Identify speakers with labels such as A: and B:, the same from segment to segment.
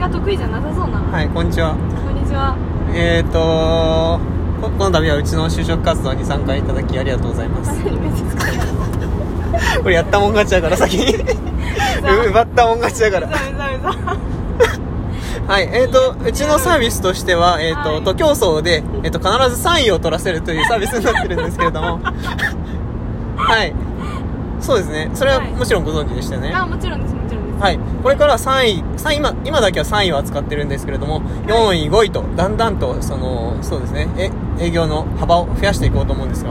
A: が得意じゃなさそうな、
B: はいこんにちは
A: こんにち は
B: えーとここの度はうちの就職活動に参加いただきありがとうございま
A: あ
B: す
A: 何めっちゃ使い
B: これやったもん勝ちやから先に 奪ったもん勝ちやから
A: うざうざうざ
B: はいえーとうちのサービスとしては、えーと
A: はい
B: 徒競走で、えー、と必ず3位を取らせるというサービスになってるんですけれ どもはいそうですねそれはもちろんご存知でしたよね、
A: あもちろんですもちろんです
B: はい、これから3位3位今今だけは3位を扱ってるんですけれども4位5位とだんだんとそのそうですねえ営業の幅を増やしていこうと思うんですが、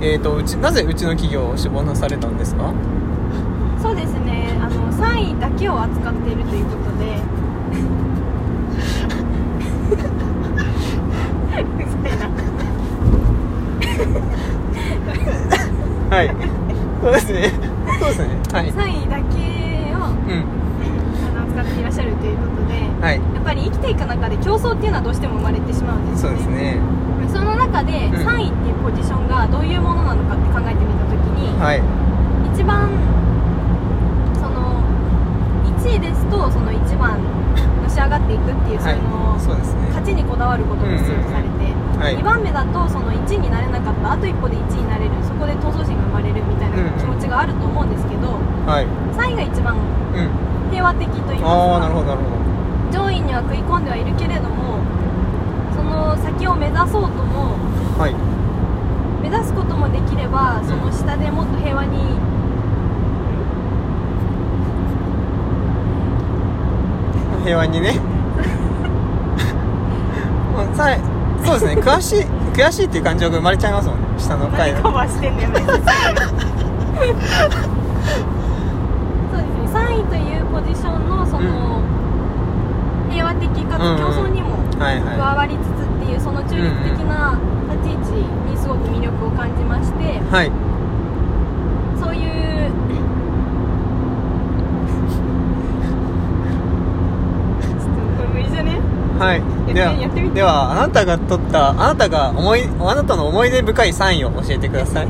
B: えー、とうちなぜうちの企業を志望なされたんですか
A: そうですねあの3位だけを扱っているということで うざいな
B: はい そうですねそうですねはい
A: 3位だけを
B: うん
A: あの扱っていらっしゃるということで
B: はい
A: やっぱり生きていく中で競争っていうのはどうしても生まれてしまうんです
B: そ
A: よ
B: う
A: ね
B: です
A: そ
B: ね
A: の中で3
B: ん
A: 位っていうポジションがどういうものなのかって考えてみた時に、
B: はい
A: 一番その1位ですとその1番のし上がっていくっていうその、
B: はいそうですね
A: 勝ちにこだわることが必要とされて、
B: はい
A: 2番目だとその1位になれなかったあと一歩で1位になれるそこで闘争心が生まれるみたいな気持ちがあると思うんですけど、
B: はい
A: 3位が一番
B: うん
A: 平和的と言い
B: ああな
A: ま
B: るほ
A: すか
B: どなるほど
A: 上位には食い込んではいるけれどもその先を目指そうとも
B: はい
A: 目指すこともできればその下でもっと平和に
B: 平和にねもうさえそうですね悔しい悔しいっていう感情が生まれちゃいますもんね下の階だと
A: カバーして んねんそうですね3位というポジションのその、平和的か
B: うんうん
A: つ競争にも
B: はい
A: 加
B: は
A: わりつつっていうその中立的な立ち位置にすごく魅力を感じまして
B: いはい
A: そういうちょっとこれ無理じゃね
B: はい
A: や
B: で
A: やってみ
B: は
A: て
B: ではあなたが取ったあなたが思いあなたの思い出深いサインを教えてください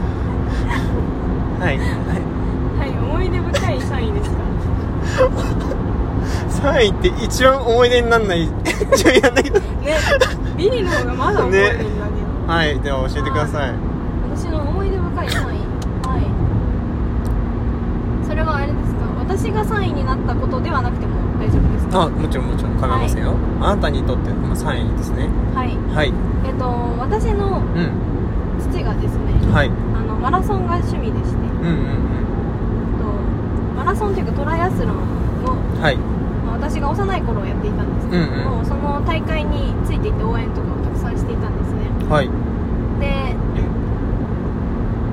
B: はいは
A: はい思い出深い3位でした
B: いサインって一番思い出にならない順位なんだけど
A: ね、ビリの方がまだ覚えてるんだけど、
B: はいでは教えてください
A: 私の思い出深い3位はいそれはあれですか私が3位になったことではなくても大丈夫ですか
B: あもちろんもちろん構いませんよ、あなたにとってのサインですね
A: はい
B: は
A: え
B: い
A: っと私の
B: うん
A: 父がですね
B: はい
A: あのマラソンが趣味でして、
B: うんうん
A: えっと、マラソンというかトライアスロンを、
B: うんはい
A: まあ、私が幼い頃やっていたんですけれども、
B: うんう
A: その大会についていって応援とかをたくさんしていたんですね
B: はい
A: で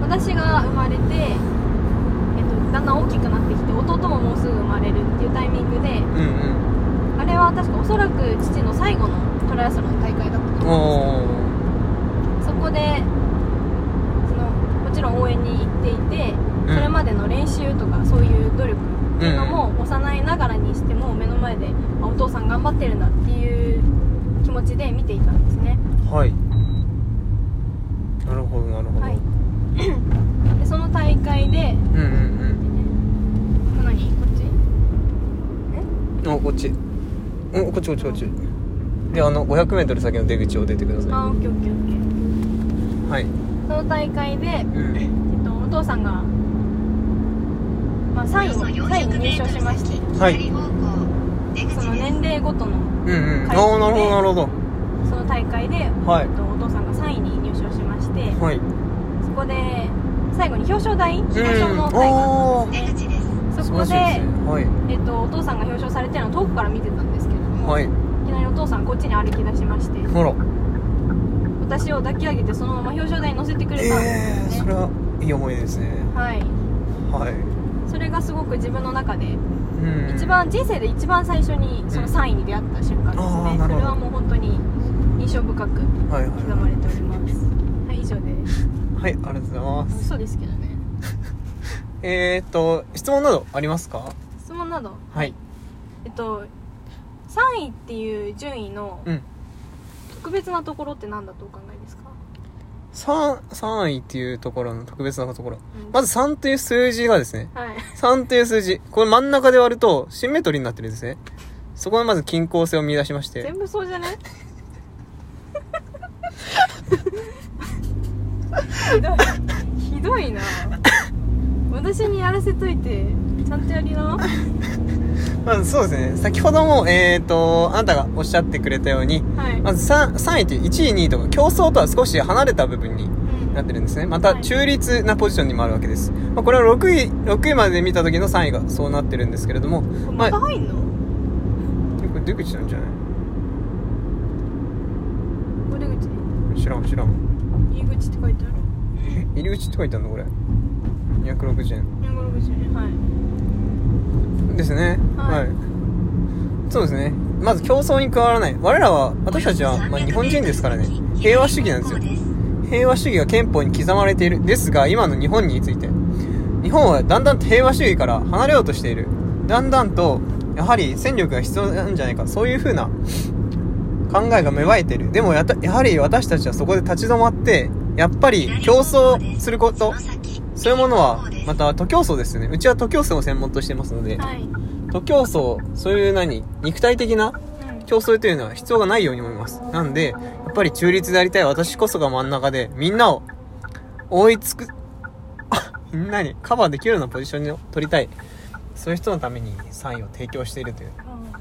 A: 私が生まれて、えっと、だんだん大きくなってきて弟ももうすぐ生まれるっていうタイミングで
B: うん
A: あ
B: うん
A: れは確かおそらく父の最後のトライアスロンの大会だったと思うんです
B: おー
A: そこでそのもちろん応援に行っていて
B: うん
A: それまでの練習とかそういう努力っていうのも幼いながらにしても目の前であお父さん頑張ってるなっていう気持ちで見ていたんですね
B: はいなるほどなるほど、
A: はい でその大会で
B: うんうん
A: 何こっち
B: うんあこっちおこっちこっちこっちであの 500m 先の出口を出てくださ
A: あオッケーオッケーオッケー
B: いはい、
A: その大会で、えっ
B: うん、
A: と、お父さんが、まあ、3位3位に入賞しまして
B: はい
A: その年齢ごとの
B: うんう
A: は
B: んあ
A: い
B: あなるほどなるほど
A: その大会で、
B: はい
A: えっと、お父さんが3位に入賞しまして
B: はい
A: そこで最後に表彰台表彰
B: うん
A: の大会があったん
B: おお
A: ですね
B: 素
A: そ
B: 晴
A: こ
B: らしい
A: で
B: ですねはい
A: えっと、お父さんが表彰されてるのを遠くから見てたんですけれども、
B: はい
A: い、きなりお父さんこっちに歩き出しまして
B: ほら
A: 私を抱き上げてそのまま表彰台に乗せてくれたん
B: え
A: で
B: ー、
A: すよ
B: そ
A: ね、
B: れはいい思い出ですね
A: はい
B: はい、
A: それがすごく自分の中で
B: うん、
A: 一番人生で一番最初にその3位に出会った瞬間ですね、
B: うんあーな
A: そ
B: るほど
A: れはもう本当に印象深く
B: はいはい
A: 刻まれておりますはい以上 です
B: はい、ありがとうございます。
A: 嘘ですけどね
B: えーっと、質問などありますか
A: 質問など
B: はい。
A: えっと3位っていう順位の
B: うん。
A: 特別なところって何だとお考えですか、
B: 3、3位っていうところの特別なところ
A: う。ん
B: まず3という数字がですね、
A: はい
B: 3という数字。これ真ん中で割ると、シンメトリーになってるんですね。そこがまず均衡性を見出しまして
A: 全。部そうじゃねひどいひどいな私にやらせといてちゃんとやりな
B: まずそうですね。先ほども、えっ、と、あなたがおっしゃってくれたように、
A: はい、
B: まず 3, 3位という1位、2位とか競争とは少し離れた部分に
A: うん
B: なってるんですね。ま
A: は
B: た
A: い
B: 中立なポジションにもあるわけです。まあ、これは6位、6位まで見た時の3位がそうなってるんですけれども、
A: これ
B: ま
A: ま
B: あ
A: た、入んの、
B: 結構出口なんじゃな
A: お出口
B: い知らん知らん。
A: 入り口って書いてある
B: 入り口って書いてあるのこれ。260円。
A: 260円はい
B: ですね、
A: は
B: はいい、そうですねまず競争に加わらない我らは私たちは、まあ、日本人ですからね平和主義なんですよ平和主義が憲法に刻まれているですが今の日本について日本はだんだんと平和主義から離れようとしているだんだんとやはり戦力が必要なんじゃないかそういうふうな考えが芽生えているでもやたやはり私たちはそこで立ち止まってやっぱり競争することそういうものはまた徒競走ですよねうちは徒競走を専門としてますので、
A: はい、うん、
B: 徒競走そういう何肉体的な競争というのは必要がないように思いますなんでやっぱり中立でありたい私こそが真ん中でみんなを追いつくあみんなにカバーできるようなポジションを取りたいそういう人のために3位を提供しているという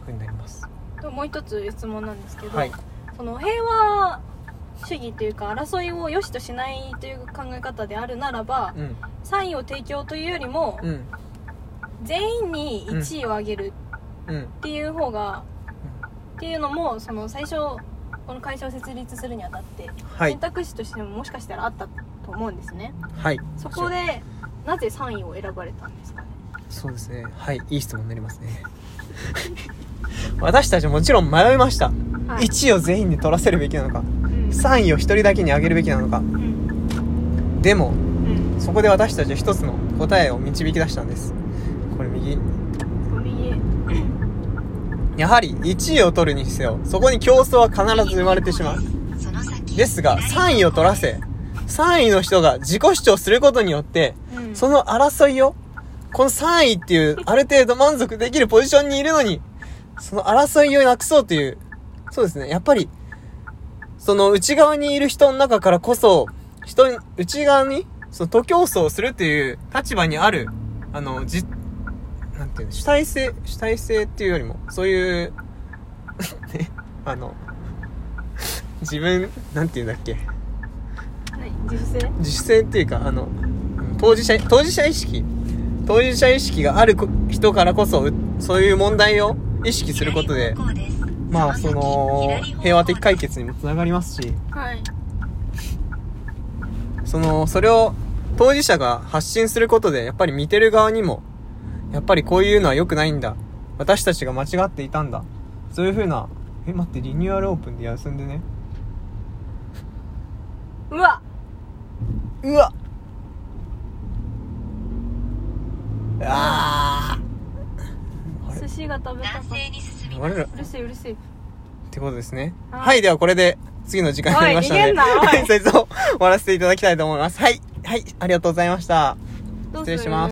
B: ふうになります
A: ともう一つ質問なんですけど、
B: はい
A: その平和主義というか争いを良しとしないという考え方であるならば、
B: うん
A: 3位を提供というよりも、
B: うん
A: 全員に1位をあげる
B: うん
A: っていう方が、っていうのもその最初この会社を設立するにあたって、
B: はい
A: 選択肢としてももしかしたらあったと思うんですね
B: はい
A: そこでなぜ3位を選ばれたんですかね
B: そうですねはいいい質問になりますね 私たちもちろん迷いました、
A: はい
B: 1位を全員に取らせるべきなのか
A: うん
B: 3位を1人だけにあげるべきなのか
A: うん
B: でも
A: うん
B: そこで私たちは一つの答えを導き出したんですこれ右
A: 右
B: やはり1位を取るにせよそこに競争は必ず生まれてしまうですが3位を取らせ3位の人が自己主張することによって
A: うん
B: その争いをこの3位っていうある程度満足できるポジションにいるのにその争いをなくそうというそうですねやっぱりその内側にいる人の中からこそ人に内側にその徒競走をするという立場にあるあのじなんていうの主体性主体性っていうよりもそういう ねあの自分なんていうんだっけ
A: はい自主性
B: 自主性っていうかあの当事者当事者意識当事者意識があるこ人からこそうそういう問題を意識することでまあその平和的解決にもつながりますし
A: はい
B: そのそれを当事者が発信することでやっぱり見てる側にもやっぱりこういうのは良くないんだ私たちが間違っていたんだそういうふうなえ待ってリニューアルオープンで休んでね
A: うわ
B: うわああれ
A: 寿司が食べたかっ
B: 我らった
A: うるせえうるせえ
B: てことですね。
A: はい
B: はい、ではこれで次の時間になりました
A: おい逃げんな
B: の
A: おい
B: で、解説を終わらせていただきたいと思います。はい、はい、ありがとうございました。
A: どうす
B: 失
A: る
B: 礼します。